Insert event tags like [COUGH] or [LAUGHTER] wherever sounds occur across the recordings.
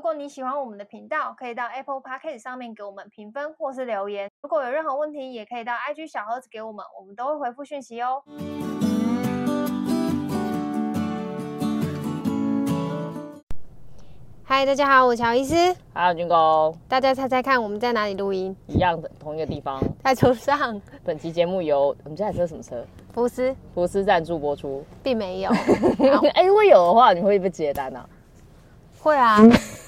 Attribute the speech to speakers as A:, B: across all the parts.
A: 果你喜欢我们的频道，可以到 Apple Podcast 上面给我们评分或是留言。如果有任何问题，也可以到 IG 小盒子给我们，我们都会回复讯息哦。嗨，大家好，我乔伊斯。
B: 还有军工
A: 大家猜猜看，我们在哪里录音？
B: 一样的同一个地方。
A: 在车上。
B: 本期节目由我们这台车什么车？
A: 福斯
B: 福斯赞助播出。
A: 并没有。
B: [LAUGHS] 哎、如果有的话，你会不会接单啊？
A: [LAUGHS] 会 [LAUGHS] 啊，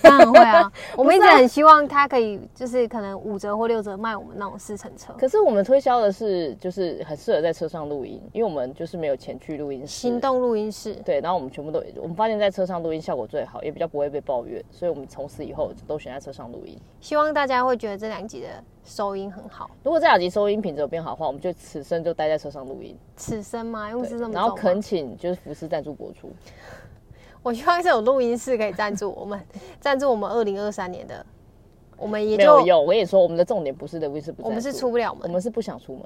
A: 当然会啊。 [LAUGHS] 我们一直很希望它可以，就是可能五折或六折卖我们那种四乘车。
B: 可是我们推销的是，就是很适合在车上录音，因为我们就是没有钱去录音室。
A: 行动录音室，
B: 对，然后我们全部都，我们发现在车上录音效果最好，也比较不会被抱怨，所以我们从此以后都选在车上录音。
A: 希望大家会觉得这两集的收音很好。
B: 如果这两集收音品质有变好的话，我们就此生就待在车上录音。
A: 此生吗？用
B: 对
A: 字这么
B: 然后
A: 重吗
B: 恳请就是福斯赞助播出。
A: 我希望是有录音室可以赞助我们， [LAUGHS] 赞助我们二零二三年的，我们也
B: 没
A: 就
B: 有用，我跟你说，我们的重点不是的，不是不赞助，
A: 我们是出不了
B: 我
A: 门，
B: 们是不想出门，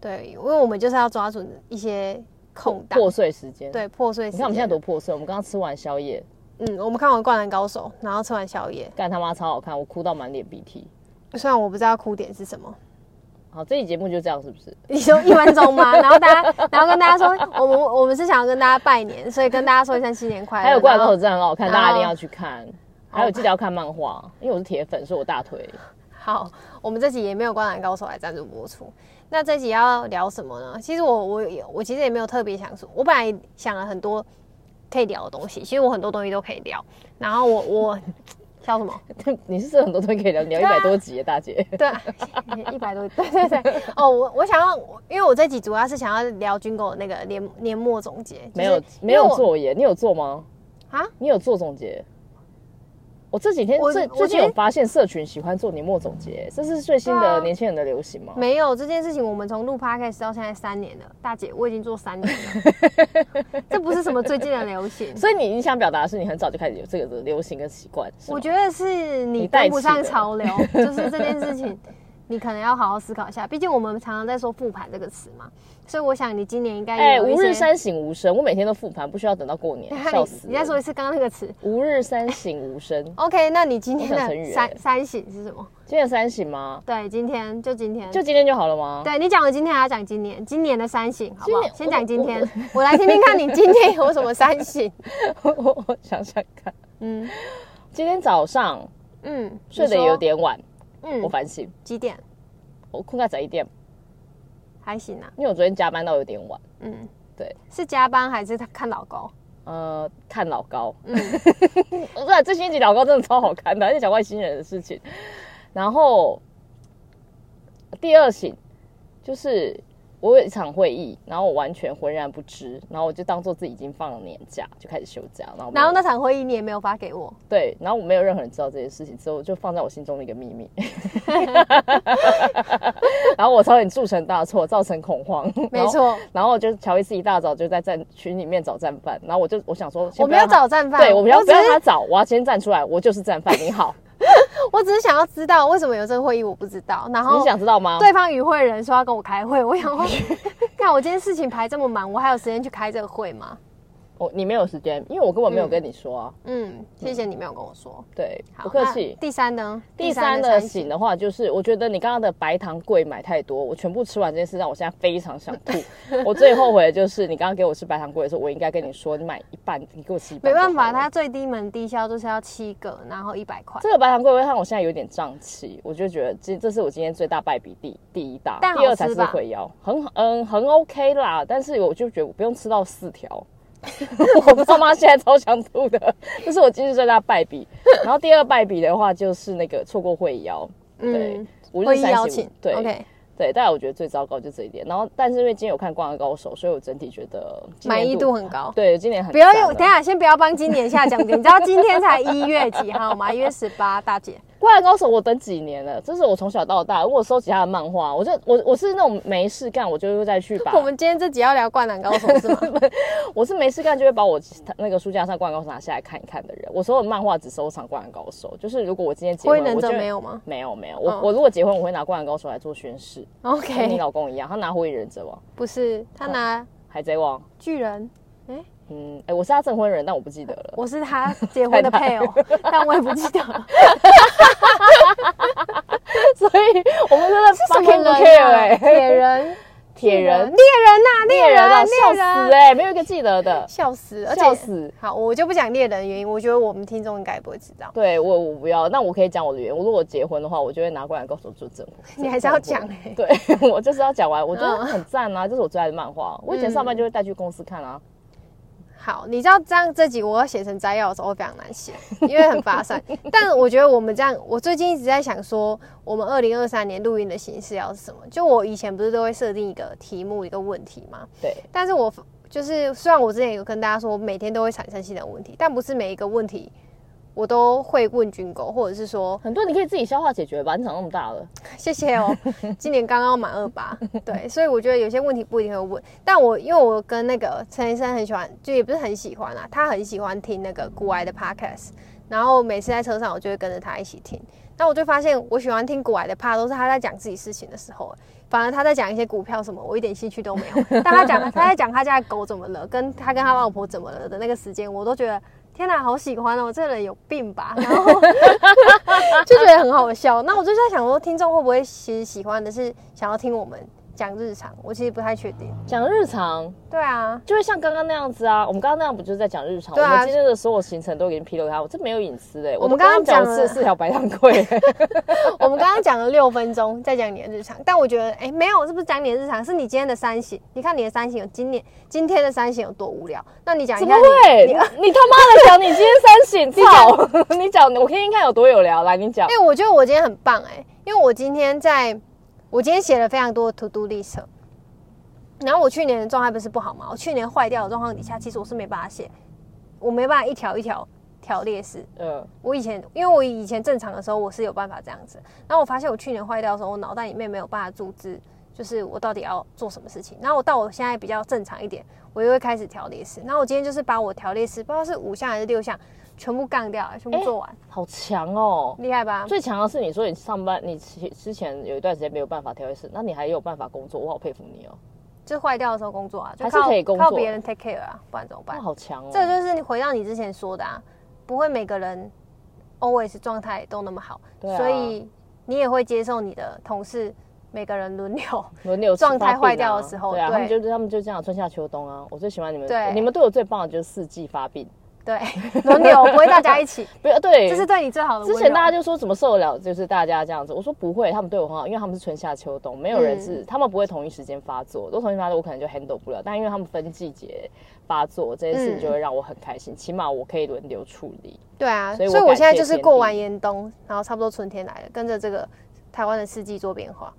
A: 对，因为我们就是要抓准一些空档，
B: 破碎时间。
A: 对破碎时
B: 你
A: 间。
B: 看我们现在多破碎，我们刚刚吃完宵夜，
A: 嗯，我们看完《灌篮高手》，然后吃完宵夜，
B: 干他妈超好看，我哭到满脸鼻涕。
A: 虽然我不知道哭点是什么， [LAUGHS]
B: 好，这期节目就这样，是不是？
A: 你说一分钟吗？然后大家，然后跟大家说，我们我们是想要跟大家拜年，所以跟大家说一声新年快乐。
B: 还有《灌篮高
A: 哎
B: 手》
A: 然
B: 真的很好看，
A: 然后
B: 大家一定要去看。还有记得要看漫画，因为我是铁粉，所以我大腿。 [LAUGHS]
A: 后好，我们这集也没有《灌篮高手》来赞助播出。那这集要聊什么呢？其实我我有我其实也没有特别想说，我本来想了很多可以聊的东西，其实我很多东西都可以聊。然后我我笑什么？
B: 你是不是很多东西可以聊，聊一
A: 对啊
B: 百多集耶，大姐。
A: 对啊，一百多，对对对。哦，我我想要，因为我这集主要是想要聊军狗的那个年年末总结，就是
B: 没有没
A: 因为
B: 有
A: 我
B: 做耶，你有做吗？
A: 啊。
B: 你有做总结？我这几天
A: 我
B: 最
A: 我
B: 最近
A: 觉得
B: 有发现，社群喜欢做年末总结，这是最新
A: 对啊
B: 的年轻人的流行吗？
A: 没有这件事情，我们从录 podcast 到现在三年了，大姐，我已经做三年
B: [LAUGHS]
A: 了，这不是什么最近的流行。
B: 所以你你想表达的是，你很早就开始有这个流行跟习惯。是吗
A: 我觉得是你
B: 你带
A: 跟
B: 起
A: 不上
B: 的
A: 潮
B: [LAUGHS]
A: 流，就是这件事情，你可能要好好思考一下。毕竟我们常常在说“复盘”这个词嘛，所以我想你今年应该也
B: 哎、
A: 有一
B: 吾
A: 些。，
B: 日三省吾身，我每天都复盘，不需要等到过年笑死
A: [LAUGHS] 你你再
B: 人
A: 说一次刚刚那个词。
B: 吾日三省吾身，
A: OK，那你今天
B: 我想
A: 的
B: 成语
A: 三
B: 欸
A: 三省是什么？
B: 今天三省吗？
A: 对，今天就今天，
B: 就今天就好了吗？ [LAUGHS]
A: 对你讲了今天，还要讲今年，今年的三省好不好
B: 今？年
A: 先讲
B: 我
A: 今天，我来听听看你今天有什么三
B: [LAUGHS]
A: 省。
B: 我我我想想看，
A: 嗯
B: 今天早上
A: 嗯，
B: 睡得
A: 你说
B: 有，点晚，我
A: 嗯，
B: 反省，
A: 几点？
B: 我困在早一点，
A: 还行啊，
B: 因为我昨天加班到有点晚，
A: 嗯，
B: 对，
A: 是加班还是他看老高？
B: 呃，看老高，
A: 嗯
B: [LAUGHS] 不是啊最新一集老高真的超好看的，而且讲外星人的事情，然后第二醒就是。我有一场会议，然后我完全浑然不知，然后我就当做自己已经放了年假，就开始休假，然后没有
A: 然后那场会议你也没有发给我，
B: 对，然后我没有任何人知道这件事情，之后就放在我心中的一个
A: [LAUGHS]
B: 秘密。然后我差点铸成大错，造成恐慌。
A: 没错，
B: 然后。然后就乔伊斯一大早就在站群里面找战犯，然后我就我想说，先
A: 我
B: 不
A: 没有
B: 让他，
A: 找战犯，
B: 对我不要
A: 只
B: 不要
A: 是
B: 他找，我要先站出来，我就是战犯。你好，
A: 我只是想要知道为什么有这个会议，我不知道。 [LAUGHS] 然后
B: 你想知道吗？
A: 对方与会人说要跟我开会，我想
B: [LAUGHS]
A: 说，看我今天事情排这么满，我还有时间去开这个会吗？
B: 我你没有时间，因为我根本没有跟你说啊。
A: 嗯，谢谢你没有跟我说，
B: 对，
A: 好
B: 不客
A: 那
B: 气。
A: 第三呢？
B: 第三的
A: 省
B: 醒的话，就是我觉得你刚刚的白糖桂买太多，我全部吃完这件事让我现在非常想
A: [LAUGHS]
B: 吐。我最后悔的就是你刚刚给我吃白糖桂的时候，我应该跟你说你买一半，你给我吃一半。
A: 没办法，它最低门低消就是要七个，然后一百块。
B: 这个白糖桂会让我现在有点胀气，我就觉得这这是我今天最大败笔第第一大，
A: 但好
B: 第二才
A: 吃
B: 是
A: 吧
B: 溃疡，很嗯很 OK 啦，但是我就觉得我不用吃到四条。 [LAUGHS] 我不知道妈现在超想吐的，这是我今日最大败笔。然后第二败笔的话，就是那个错过会议邀，对
A: 嗯，，
B: 五
A: 会
B: 日
A: 议
B: 三
A: 邀
B: 省
A: 请
B: 吾，对
A: ，OK，
B: 对，但我觉得最糟糕就这一点。然后，但是因为今天有看《灌篮高手》，所以我整体觉得今年
A: 满意度很高。
B: 对，今年很
A: 不要
B: 赞
A: 用，
B: 了
A: 等一下先不要帮今年下奖金。你知道今天才一月几号吗？一月十八，大姐。
B: 灌篮高手》我等几年了，这是我从小到大，如果收集他的漫画，我就我我是那种没事干，我就会再去
A: [LAUGHS]
B: 把
A: 我们今天这集要聊《灌篮高手》是吗？
B: 我是没事干就会把我那个书架上《灌篮高手》拿下来看一看的人。我所有漫画只收藏《灌篮高手》，就是如果我今天结
A: 火
B: 婚，
A: 影忍
B: 我
A: 者
B: 就
A: 没有
B: [LAUGHS]
A: 吗
B: 没有没有，我、
A: 哦
B: 我如果结婚，我会拿《灌篮高手》来做宣誓，跟你
A: ？OK，
B: 老公一样，他拿《火影忍者王》《
A: 不是，他拿
B: 海贼王》
A: 巨人，诶
B: 嗯，哎、我是他证婚人，但我不记
A: [LAUGHS]
B: 得了。
A: 我是
B: [LAUGHS]
A: 他结婚的配偶，但我也不记得了。
B: 所以 [LAUGHS] 我们真的
A: [LAUGHS] 是什么人、
B: fucking 不
A: 啊？
B: care 哎、
A: 铁人，
B: [LAUGHS] 铁人
A: 猎人呐、猎
B: 猎
A: 人
B: 人
A: 啊，
B: 啊，
A: 猎
B: 笑
A: 人
B: 死哎、没有一个记得的，
A: 笑死，而且
B: 笑死。
A: 好，我就不讲猎人的原因，我觉得我们听众应该也不会知道。
B: 对我我不要，那我可以讲我的原因。我如果结婚的话，我就会拿过来告诉就证婚。
A: 你还是要讲嗯哎、
B: [LAUGHS] 对我就是要讲完，我觉得很赞啊，这是我最爱的漫画。我以前上班
A: 嗯
B: 就会带去公司看啊。
A: 好，你知道这样这集我要写成摘要的时候会非常难写，因为很发散。但我觉得我们这样，我最近一直在想说，我们二零二三年录音的形式要是什么？就我以前不是都会设定一个题目一个问题吗？
B: 对，
A: 但是我就是虽然我之前有跟大家说，每天都会产生新的问题，但不是每一个问题我都会问军狗，或者是说
B: 很多你可以自己消化解决吧，你长那么大了。
A: 谢谢哦，今年刚刚满二八，对，所以我觉得有些问题不一定会问，但我因为我跟那个陈医生很喜欢，就也不是很喜欢啦，他很喜欢听那个古癌的 podcast，然后每次在车上我就会跟着他一起听，那我就发现我喜欢听古癌的 p 都是他在讲自己事情的时候，反而他在讲一些股票什么，我一点兴趣都没有，但他讲他在讲他家的狗怎么了，跟他跟他老婆怎么了的那个时间，我都觉得。天哪，好喜欢哦！这个人有病吧？然后
B: [LAUGHS]
A: 就觉得很好笑。那我就在想说，听众会不会其实喜欢的是想要听我们讲日常？我其实不太确定。
B: 讲日常，
A: 对啊，
B: 就会像刚刚那样子啊，我们刚刚那样不就是在讲日常？
A: 对啊
B: 我们今天的所有行程都给你披露给他，我这没有隐私哎、
A: 我们
B: 都
A: 刚刚
B: 讲
A: 讲
B: 了
A: 了
B: 四四条白糖桂、欸，
A: 我们刚刚讲了六分钟在讲你的日常，但我觉得，哎、没有，这不是讲你的日常，是你今天的三型。你看你的三型有今年今天的三型有多无聊？那哎你讲一
B: 怎
A: 下
B: 么
A: 你，
B: 会？
A: 你啊
B: 你你他妈的讲你今
A: [LAUGHS]
B: 天三省操！ [LAUGHS] 你讲，我听听看有多有聊。来，你讲
A: 哎、。我觉得我今天很棒哎、因为我今天在，我今天写了非常多的 to do list，然后我去年的状态不是不好嘛，我去年坏掉的状况底下，其实我是没办法写，我没办法一条一条条列式。
B: 嗯，
A: 我以前因为我以前正常的时候我是有办法这样子，然后我发现我去年坏掉的时候，我脑袋里面没有办法组织，就是我到底要做什么事情。然后我到我现在比较正常一点，我又会开始条列式。然后我今天就是把我条列式不知道是五项还是六项全部杠掉，全部做完，
B: 好强哦！
A: 厉害吧？
B: 最强的是你说你上班，你其之前有一段时间没有办法调试，那你还有办法工作，我好佩服你哦！
A: 就坏掉的时候工作啊，就
B: 还是可以工作
A: 靠别人 take care 啊，不然怎么办
B: 哇，？好强哦！
A: 这就是你回到你之前说的啊，不会每个人 always 状态都那么好，
B: 对啊
A: 所以你也会接受你的同事每个人轮流。
B: 轮流吃
A: 状态
B: 发病啊
A: 坏掉的时候
B: 对啊，
A: 对
B: 他们就他们就这样春夏秋冬啊，我最喜欢你们，
A: 对
B: 你们对我最棒的就是四季发病，
A: 对， [LAUGHS] 轮流不会大家一起，
B: 不要对，
A: 这是对你最好的温柔。
B: 之前大家
A: 家
B: 就说怎么受得了，就是大家这样子。我说不会，他们对我很好，因为他们是春夏秋冬，没有人
A: 嗯
B: 是、他们不会同一时间发作。如果同一时间发作，我可能就 handle 不了。但因为他们分季节发作这件
A: 嗯
B: 事，情就会让我很开心。起码我可以轮流处理。
A: 对啊，所
B: 所以
A: 以
B: 我
A: 我
B: 感
A: 现在
B: 谢
A: 就是
B: 天
A: 过
B: 地
A: 完严冬，然后差不多春天来了，跟着这个台湾的四季做变化。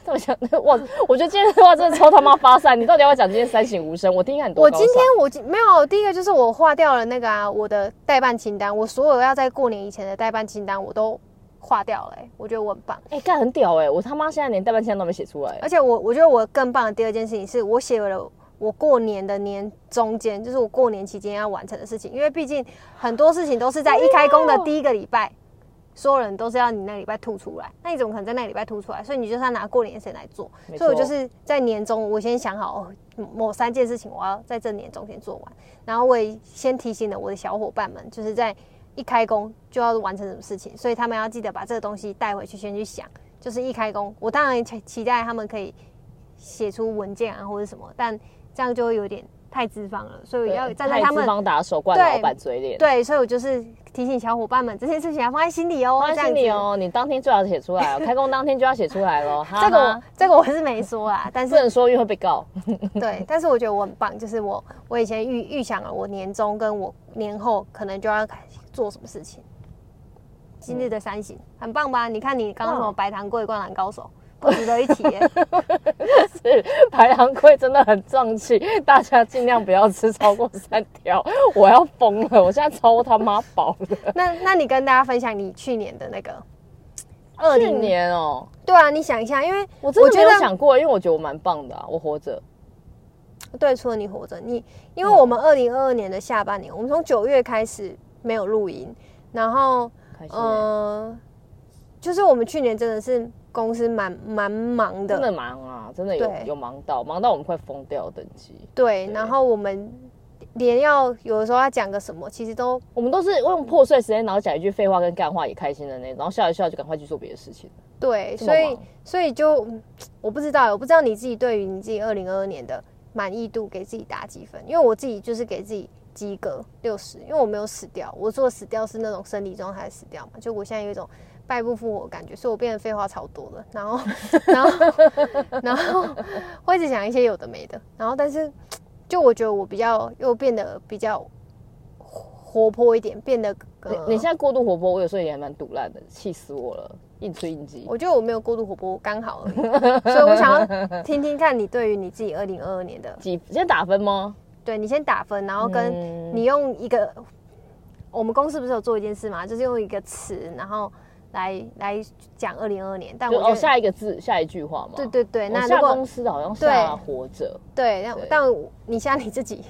B: [LAUGHS] 这么想，哇！我觉得今天的话真的超他妈发散。你到底要不要讲今天三省吾身？我听看你多
A: 我
B: 高
A: 今天
B: 尚
A: 我今没有第一个就是我划掉了那个啊，我的代办清单，我所有要在过年以前的代办清单我都划掉了、欸我觉得我很棒。
B: 哎干、很屌哎、我他妈现在连代办清单都没写出来、
A: 而且我我觉得我更棒的第二件事情是我写了我过年的年中间，就是我过年期间要完成的事情，因为毕竟很多事情都是在一开工的
B: 哦
A: 第一个礼拜，所有人都是要你那个礼拜吐出来，那你怎么可能在那个礼拜吐出来？所以你就是要拿过年前来做。
B: 没
A: 所以我
B: 错
A: 就是在年中，我先想好、哦、某三件事情，我要在这年中先做完，然后我也先提醒了我的小伙伴们，就是在一开工就要完成什么事情，所以他们要记得把这个东西带回去，先去想。就是一开工，我当然期期待他们可以写出文件啊或者什么，但这样就会有点太资方了，所以
B: 呃
A: 我要站在他
B: 太资
A: 们
B: 方打手，灌
A: 对
B: 老板嘴脸。
A: 对，所以我就是提醒小伙伴们这件事情要放在心里哦，
B: 放在心
A: 这
B: 里
A: 样子。
B: 哦，你当天最好写出来哦，开工当天就要写出来喽。
A: [LAUGHS]
B: 哈哈
A: 这个我这
B: 啊
A: 个我是没说啦，但
B: 不 [LAUGHS]
A: 是
B: 能说，因为会被告。
A: 对，但是我觉得我很棒，就是我我以前预预想了我年终跟我年后可能就要做什么事情。今日的三型很棒吧？你看你刚刚什么
B: 哇
A: 白糖桂、灌篮高手，不值得一提耶、
B: 是排行龟真的很胀气，大家尽量不要吃超过三条。我要疯了，我现在超他妈饱
A: [LAUGHS]
B: 了。
A: 那那你跟大家分享你去年的那个二
B: 去
A: 零年，
B: 年哦、
A: 对啊，你想一下，因为
B: 我真的没
A: 觉
B: 有
A: 得
B: 想过，因为我觉得我蛮棒的、啊，我活着。
A: 对，除了你活着，你因为我们二零二二年的下半年，我们从九月开始没有录音，然后
B: 开心欸、
A: 嗯、呃就是我们去年真的是公司蛮蛮忙
B: 真
A: 的
B: 的忙啊，真的有
A: 对
B: 有忙到，忙到我们快疯掉的等级。
A: 对，
B: 对
A: 然后我们连要有的时候要讲个什么，其实都
B: 我们都是用破碎时间，然后讲一句废话跟干话也开心的那种，然后笑一笑就赶快去做别的事情。
A: 对，
B: 这么
A: 所以
B: 忙
A: 所以就嗯我不知道，我不知道你自己对于你自己二零二二年的满意度给自己打几分？因为我自己就是给自己及格六十，因为我没有死掉。我说的死掉是那种生理状态的死掉嘛，就我现在有一种败不复活的感觉，所以我变得废话超多了，然后 [LAUGHS] 然后然后会一直想一些有的没的，然后但是就我觉得我比较又变得比较活活泼一点，变得、呃
B: 你你现在过度活泼，我有时候也还蛮堵烂的，气死我了，应催应激。
A: 我觉得我没有过度活泼，刚好而已。所以我想要听听看你对于你自己二零二二年的，
B: 几先打分吗？
A: 对你先打分，然后跟
B: 嗯
A: 你用一个，我们公司不是有做一件事嘛，就是用一个词，然后来来讲二零二二年。但
B: 就
A: 我
B: 哦
A: 觉得，
B: 下一个字下一句话嘛。
A: 对对对，
B: 我
A: 那如
B: 下
A: 果
B: 公司的好像下活着，
A: 对，那
B: 对
A: 但你像你自己。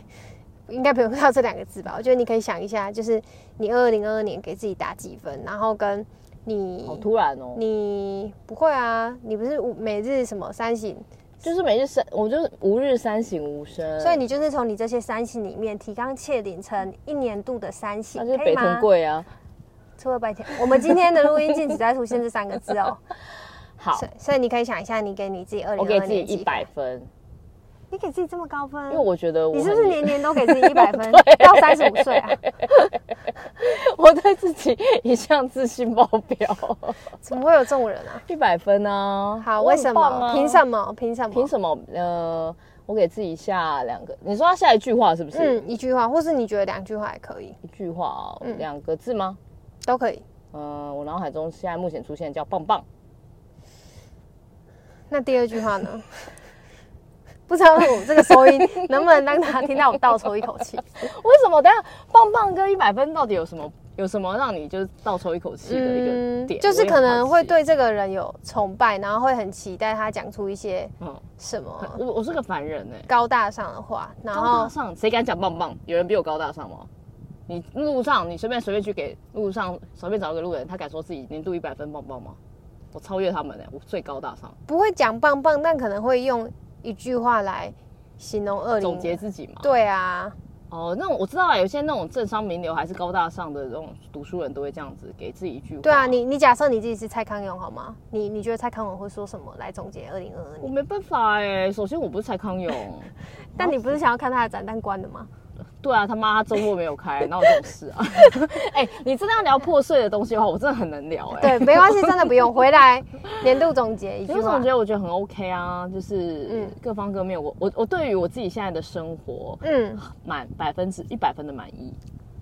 A: 应该不用到这两个字吧？我觉得你可以想一下，就是你二零二二年给自己打几分，然后跟你
B: 好突然哦。
A: 你不会啊，你不是每日什么三省
B: 就是每日三，我就是吾日三省吾身。
A: 所以你就是从你这些三星里面提纲挈领成一年度的三星
B: 那就，是
A: 可
B: 北
A: 以
B: 藤
A: 吗？
B: 贵啊。
A: 除了白天，我们今天的录音禁止再出现这三个字哦。
B: [LAUGHS] 好，
A: 所以所以你可以想一下，你给你自己二
B: 我
A: 零
B: 给
A: 二
B: 自己
A: 年
B: 一
A: 级，
B: 百分，
A: 你给自己这么高分
B: 因为，我觉得我
A: 你是不
B: 很
A: 是年年都给自己一百
B: [LAUGHS]
A: 分到三十五岁啊？ [LAUGHS]
B: 我对自己一向自信爆表，
A: 怎么会有这种人啊？
B: 一百分啊！
A: 好，
B: 我
A: 为
B: 很
A: 什
B: 棒
A: 么？
B: 啊
A: 凭什么？凭什么？
B: 凭什么？呃，我给自己下两个，你说他下一句话是不是？
A: 嗯，一句话，或是你觉得两句话也可以，
B: 一句话哦
A: 嗯
B: 两、个字吗？
A: 都可以。
B: 嗯、我脑海中现在目前出现叫棒棒，
A: 那第二句话呢？ [LAUGHS] 不知道我这个收音能不能让他听到我倒抽一口气？
B: 为什么？等一下棒棒跟一百分到底有什么？有什么让你就是倒抽一口气的一个点？
A: 嗯就是
B: 我也
A: 可能
B: 好
A: 会
B: 奇，
A: 对这个人有崇拜，然后会很期待他讲出一些
B: 嗯，
A: 什么
B: [LAUGHS] 我我是个凡人哎、
A: 高大上的话，然
B: 高
A: 后
B: 大上，谁敢讲棒棒？有人比我高大上吗？你路上你随便随便去给路上随便找一个路人，他敢说自己年度一百分棒棒吗？我超越他们呢、我最高大上，
A: 不会讲棒棒，但可能会用一句话来形容二
B: 总结
A: 零。
B: 自己嘛。
A: 对啊，
B: 哦，那种我知道啊，有些那种政商名流还是高大上的那种读书人都会这样子给自己一句话。
A: 对啊，你你假设你自己是蔡康永好吗？你你觉得蔡康永会说什么来总结二零二二
B: 我
A: 年？
B: 没办法哎、首先我不是蔡康永，
A: 但你不是想要看他的展览关的
B: [LAUGHS]
A: 吗？
B: 对啊，他妈他周末没有开，哪有这种事啊？ [LAUGHS] 哎、你真的要聊破碎的东西的话，我真的很能聊哎、
A: 对，没关系，真的不用回来年度总结一
B: 其
A: 句
B: 实
A: 话
B: 总觉。得我觉得很 OK 啊，就是
A: 嗯
B: 各方各面，我我我对于我自己现在的生活
A: 嗯，
B: 满百分之一百分的满意，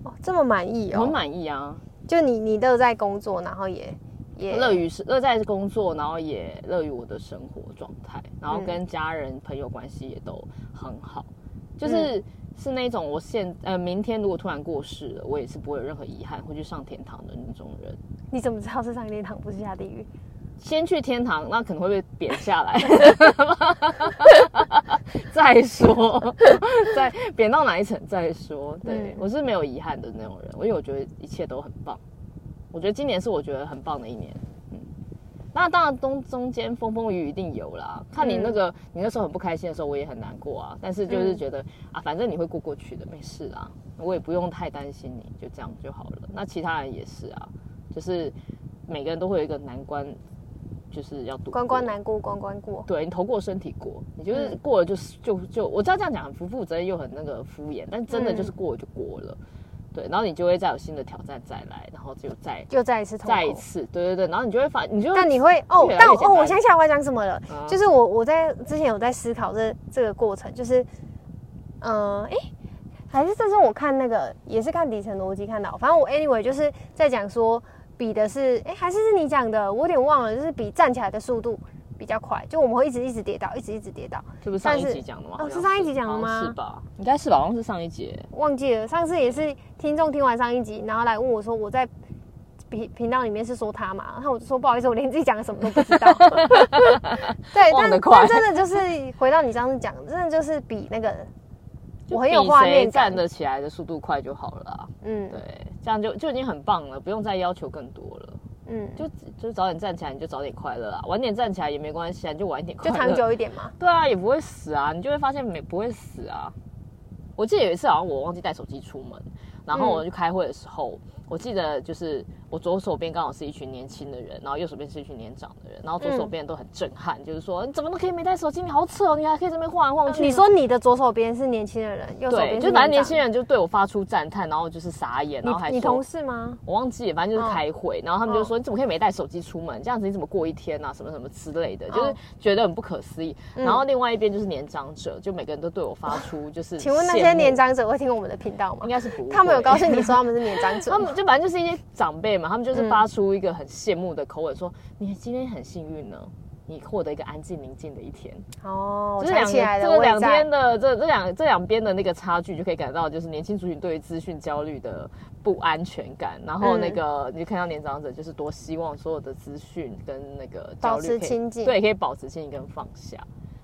A: 哦，这么满意
B: 我很
A: 哦，
B: 满意啊，
A: 就你你都在工作，然后也也
B: 乐于是乐在工作，然后也乐于我的生活状态，然后
A: 嗯
B: 跟家人朋友关系也都很好，
A: 嗯
B: 就是。是那种我现呃，明天如果突然过世了，我也是不会有任何遗憾，会去上天堂的那种人。
A: 你怎么知道是上天堂不是下地狱？
B: 先去天堂，那可能会被贬下来。 [LAUGHS] 再说， [LAUGHS] 再贬到哪一层再说。对、
A: 嗯
B: 我是没有遗憾的那种人，因为我觉得一切都很棒。我觉得今年是我觉得很棒的一年。嗯，那当然中中间风风雨雨一定有啦。看你那个、你那时候很不开心的时候，我也很难过啊。但是就是觉得、啊，反正你会过过去的，没事啊。我也不用太担心你，就这样就好了。那其他人也是啊，就是每个人都会有一个难关，就是要度
A: 关关
B: 过
A: 难过关关过。
B: 对你头过身体过，你就是
A: 嗯
B: 过了就是、就就，我知道这样讲很不负责任又很那个敷衍，但真的
A: 嗯
B: 就是过了就过了，对，然后你就会再有新的挑战再来，然后就再
A: 又再一次痛苦
B: 再一次，对对对，然后你就会发，你就
A: 但你会哦
B: 越来越，
A: 但我
B: 简单
A: 哦，我想起来我要讲什么了，
B: 啊
A: 就是我我在之前有在思考这这个过程，就是，嗯、诶，还是这是我看那个也是看底层逻辑看到，反正我 anyway 就是在讲说比的是，诶，还是是你讲的，我有点忘了，就是比站起来的速度比较快，就我们会一直一直跌倒，一直一直跌倒，
B: 是不是上一
A: 但是
B: 集讲的吗？
A: 哦
B: 好像
A: 是上一集讲的吗
B: 好像是吧？应该是吧？好像是上一集，
A: 忘记了，上次也是听众听完上一集，然后来问我说我在频频道里面是说他嘛，然后我就说不好意思，我连自己讲的什么都不知
B: [LAUGHS]
A: 道。对，
B: 忘
A: 但
B: 得快
A: 但真的就是回到你上次讲，真的就是比那个
B: 就
A: 我很有
B: 比
A: 画
B: 谁
A: 面感
B: 站，得起来的速度快就好了啊、
A: 嗯
B: 对，这样就就已经很棒了，不用再要求更多了。
A: 嗯，
B: 就就早点站起来，你就早点快乐啊！晚点站起来也没关系啊，你就晚一点快
A: 就
B: 乐。
A: 长久一点嘛。
B: 对啊，也不会死啊，你就会发现没不会死啊。我记得有一次好像我忘记带手机出门，然后
A: 嗯
B: 我去开会的时候，我记得就是我左手边刚好是一群年轻的人，然后右手边是一群年长的人，然后左
A: 嗯
B: 手边都很震撼，就是说你怎么都可以没带手机，你好扯哦，你还可以这边晃来晃去。
A: 你说你的左手边是年轻的人，右手边
B: 对，
A: 是
B: 就反正
A: 长
B: 年轻人就对我发出赞叹，然后就是傻眼，然后还
A: 你你
B: 说
A: 同事吗？
B: 我忘记了，反
A: 嗯
B: 正就是开会，然后他们就说、
A: 哦
B: 你怎么可以没带手机出门？这样子你怎么过一天啊？什么什么之类的，
A: 哦
B: 就是觉得很不可思议。
A: 嗯
B: 然后另外一边就是年长者，就每个人都对我发出就是，
A: 请问那些年，长者会听我们的频道吗
B: 应？该是不会
A: 他们有告诉你说他们是年
B: [LAUGHS]
A: 长者
B: 他
A: 吗？
B: 们就反正就是一些长辈嘛，他们
A: 嗯
B: 就是发出一个很羡慕的口吻说，你今天很幸运呢。你获得一个安静宁静的一天，
A: 哦，我
B: 这
A: 想
B: 两
A: 起来
B: 个
A: 了，
B: 这
A: 我也
B: 两
A: 在
B: 天的这这两这两边的那个差距，就可以感到就是年轻族群对于资讯焦虑的不安全感。然后
A: 嗯
B: 那个、你就看到年长者就是多希望所有的资讯跟那个焦虑可以
A: 保持清静
B: 对，可以保持清静跟放下。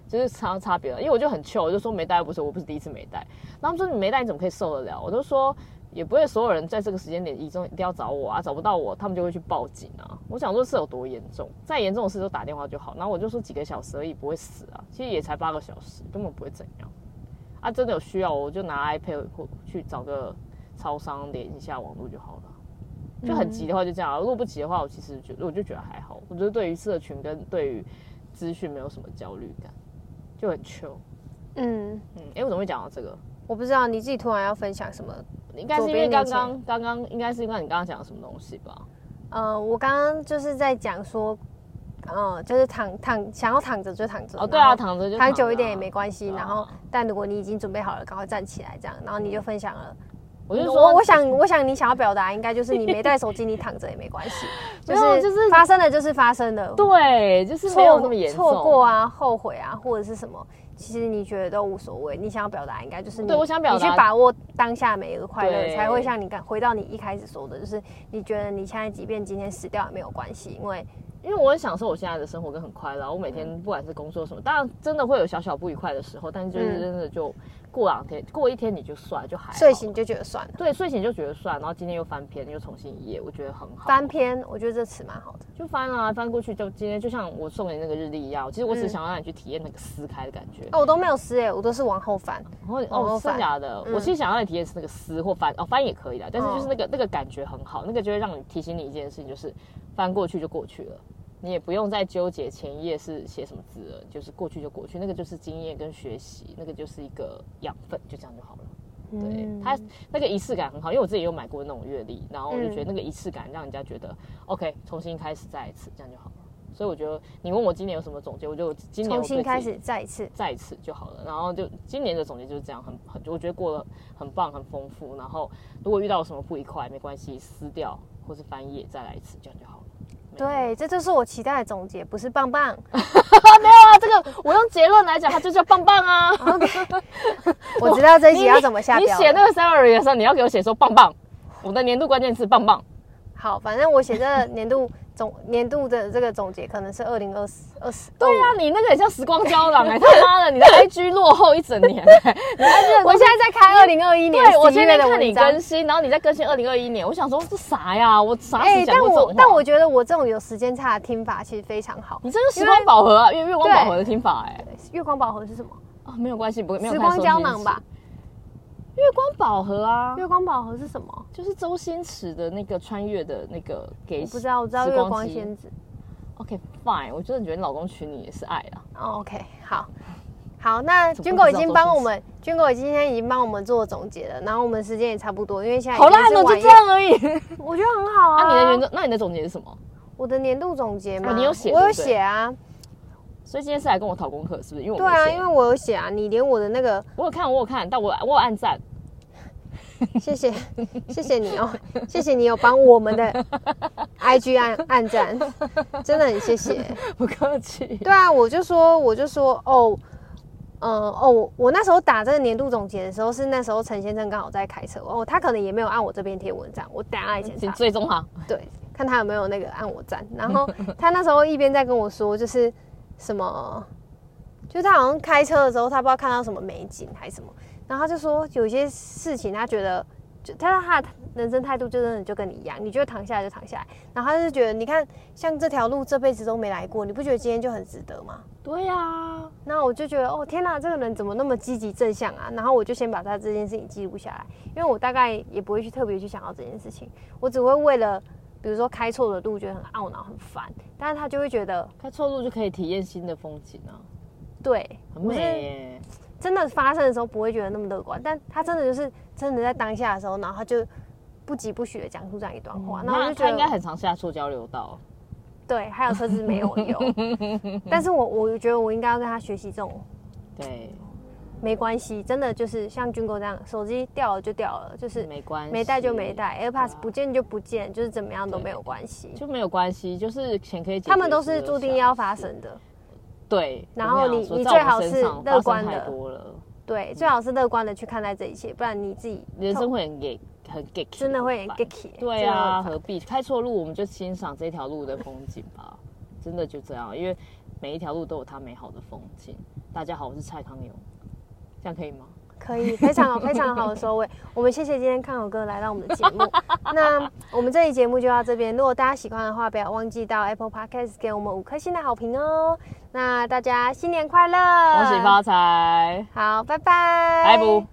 B: 就是差差别了，因为我就很糗，我就说没带不是，我不是第一次没带。然后他们说你没带你怎么可以受得了？我就说也不会所有人在这个时间点一中一定要找我啊，找不到我他们就会去报警啊。我想说是有多严重，再严重的事就打电话就好。然后我就说几个小时而已，不会死啊，其实也才八个小时，根本不会怎样。啊，真的有需要我就拿 iPad 或去找个超商连一下网络就好了。就很急的话就这样啊，如果不急的话，我其实觉我就觉得还好。我觉得对于社群跟对于资讯没有什么焦虑感，就很 chill。
A: 嗯，
B: 嗯，哎、我怎么会讲到这个？
A: 我不知道你自己突然要分享什么。
B: 应该是因
A: 左
B: 为
A: 边
B: 刚
A: 连起来
B: 刚刚刚应该是因为你刚刚讲的什么东西吧？
A: 呃，我刚刚就是在讲说，呃，就是躺躺想要躺着就躺着。
B: 哦，对啊，
A: 然后
B: 躺着就
A: 躺
B: 着啊
A: 久一点也没。关系。
B: 对啊
A: 然后，但如果你已经准备好了，赶快站起来，这样，然后你就分享了。
B: 我就
A: 我
B: 说，
A: 嗯我想，我想你想要表达应该就是你没带手机，你躺着也没关系，
B: [LAUGHS] 没有就是
A: 发生了就是发生了，
B: 对，就是没有那么严重。
A: 错过啊、后悔啊，或者是什么，其实你觉得都无所谓。你想要表达应该就是你，
B: 对我想表达
A: 你去把握当下每一个快
B: 对
A: 乐，才会像你刚回到你一开始说的，就是你觉得你现在即便今天死掉也没有关系，因为
B: 因为我很享受我现在的生活跟很快乐，我每
A: 嗯
B: 天不管是工作什么，当然真的会有小小不愉快的时候，但是就是
A: 嗯
B: 真的就过两天、过一天你就算就还好。
A: 睡醒就觉得算了。
B: 对，睡醒就觉得算，然后今天又翻篇，又重新一页，我觉得很好。
A: 翻篇，我觉得这词蛮好的。
B: 就翻啊，翻过去就今天就像我送你那个日历一样，其实我只
A: 嗯
B: 想要让你去体验那个撕开的感觉。
A: 哦，我都没有撕哎、我都是往后翻。
B: 然后
A: 往
B: 哦，
A: 后
B: 是真
A: 翻
B: 假的？
A: 嗯
B: 我其实想让你体验是那个撕或翻，哦，翻也可以的，但是就
A: 哦
B: 是那个、那个感觉很好，那个就会让你提醒你一件事情，就是翻过去就过去了，你也不用再纠结前一页是写什么字了，就是过去就过去，那个就是经验跟学习，那个就是一个养分，就这样就好了。对
A: 嗯
B: 它那个仪式感很好，因为我自己有买过那种月历，然后我就
A: 嗯
B: 觉得那个仪式感让人家觉得、OK，重新开始再一次，这样就好了。所以我觉得你问我今年有什么总结，我觉得我今年
A: 重
B: 我
A: 新
B: 对自
A: 开
B: 己
A: 始再一次。
B: 再一次就好了。然后就今年的总结就是这样，很很，我觉得过得很棒，很丰富。然后如果遇到有什么不愉快，没关系，撕掉或是翻页再来一次，这样就好了。没有
A: 对，这就是我期待的总结，不是棒
B: [LAUGHS]
A: 棒。
B: 啊，这个我用结论来讲，它就叫棒
A: [LAUGHS]
B: 棒啊。
A: 我知道这一
B: 你
A: 集要怎么下
B: 你
A: 标啊
B: 写
A: 了。
B: 那个 salary 的时候，你要给我写说棒棒，我的年度关键词棒棒。
A: 好，反正我写这年度总年度的这个总结，可能是二零二四二四。
B: 对啊，你那个也像时光胶囊哎、他妈的，你的 IG 落后一整
A: [LAUGHS]
B: 年、欸，你 IG 的
A: 我现在在看二零二一年
B: 对，我
A: 11
B: 现
A: 月
B: 在
A: 的
B: 看你
A: 文章
B: 更。新，然后你在更新二零二一年，我想说这啥呀？我啥
A: 哎、
B: 时讲
A: 但
B: 过这种
A: 我
B: 话？
A: 但我觉得我这种有时间差的听法其实非常好。
B: 你这是时光宝盒啊，月月光宝盒的听法哎、
A: 月光宝盒是什么？
B: 啊，没有关系，不会没有
A: 时
B: 看
A: 光
B: 周
A: 胶
B: 星
A: 囊
B: 驰
A: 吧？？
B: 月光宝盒啊，
A: 月光宝盒是什么？
B: 就是周星驰的那个穿越的那个给
A: 我不知道，我知道
B: 时
A: 月
B: 光
A: 光
B: 机
A: 仙子。
B: OK fine，我真的觉得你老公娶你也是爱啊啦。
A: 哦 OK，好，好，那
B: 怎么
A: 军
B: 不
A: 狗已
B: 知道
A: 经
B: 周
A: 帮
B: 星
A: 我们，军狗已经现在已经帮我们做总结了，然后我们时间也差不多，因为现在已
B: 好
A: 经
B: 烂
A: 是
B: 哦，
A: 晚宴
B: 就这，样而已。
A: 我觉得很好啊。
B: 那你的原则，那你的总结是什么？
A: 我的年度总结嘛，
B: 你有写
A: 我
B: 对
A: 有
B: 不对
A: 写啊，
B: 所以今天是来跟我讨功课，是不是？因为我
A: 对
B: 没
A: 啊，
B: 写
A: 因为我有写啊，你连我的那个， [LAUGHS]
B: 我有看，我有看，但我我有按赞。 [LAUGHS]
A: 谢 [LAUGHS] 谢，谢谢你哦， [LAUGHS] 谢谢你有帮我们的 IG 按按赞，真的很谢谢。
B: 不客气。
A: [LAUGHS] 对啊，我就说，我就说，哦，嗯、哦，我我那时候打这个年度总结的时候，是那时候陈先生刚好在开车，哦，他可能也没有按我这边贴文章，我等一下来检
B: 请
A: 查，
B: 追踪哈，
A: [LAUGHS] 对，看他有没有那个按我赞。然后 [LAUGHS] 他那时候一边在跟我说，就是什么，就是他好像开车的时候，他不知道看到什么美景还是什么，然后他就说有些事情他觉得就但是他的人生态度就真的就跟你一样，你觉得躺下来就躺下来，然后他就觉得你看像这条路这辈子都没来过，你不觉得今天就很值得吗？
B: 对呀、啊，
A: 那我就觉得哦天哪，这个人怎么那么积极正向啊？然后我就先把他这件事情记录下来，因为我大概也不会去特别去想到这件事情，我只会为了比如说开错的路觉得很懊恼很烦，但是他就会觉得
B: 开错路就可以体验新的风景啊，
A: 对，
B: 很
A: 我
B: 美
A: 是
B: 耶。
A: 真的发生的时候不会觉得那么乐观，但他真的就是真的在当下的时候，然后他就不疾不徐的讲出这样一段话，然后我
B: 嗯那
A: 就觉
B: 他应该
A: 得
B: 很常下塑胶流道，
A: 对，还有车子没有
B: [LAUGHS]
A: 油，但是我我觉得我应该要跟他学习这种
B: 对，
A: 没关系，真的就是像军哥这样，手机掉了就掉了，就是
B: 没关系，
A: 没带就没，带，AirPods
B: 啊
A: 不见就不见，就是怎么样都没有关系，
B: 就没有关系，就是钱可以解决。
A: 他们都是注定要发生的。
B: 对，
A: 然
B: 我
A: 后
B: 跟
A: 你
B: 讲
A: 你最
B: 说在我们
A: 好
B: 身
A: 是
B: 上
A: 乐
B: 发生
A: 观
B: 太
A: 的
B: 多了，
A: 对，最好是乐观的去看待这一切，不然你自己
B: 人生会很给很给，
A: 真的会
B: 很
A: get 起。真
B: 对
A: 的会
B: 啊，
A: 很烦
B: 何必开错路？我们就欣赏这条路的风景吧。真的就这样，因为每一条路都有它美好的风景。大家好，我是蔡康永，这样可以吗？
A: 可以，非常好，非常好的收
B: [LAUGHS]
A: 尾。我们谢谢今天康友哥来到我们的节目。那我们这期节目就到这边。如果大家喜欢的话，不要忘记到 Apple Podcast 给我们五颗星的好评哦。那大家新年快乐，
B: 恭喜发财，
A: 好，拜拜，
B: 爱不？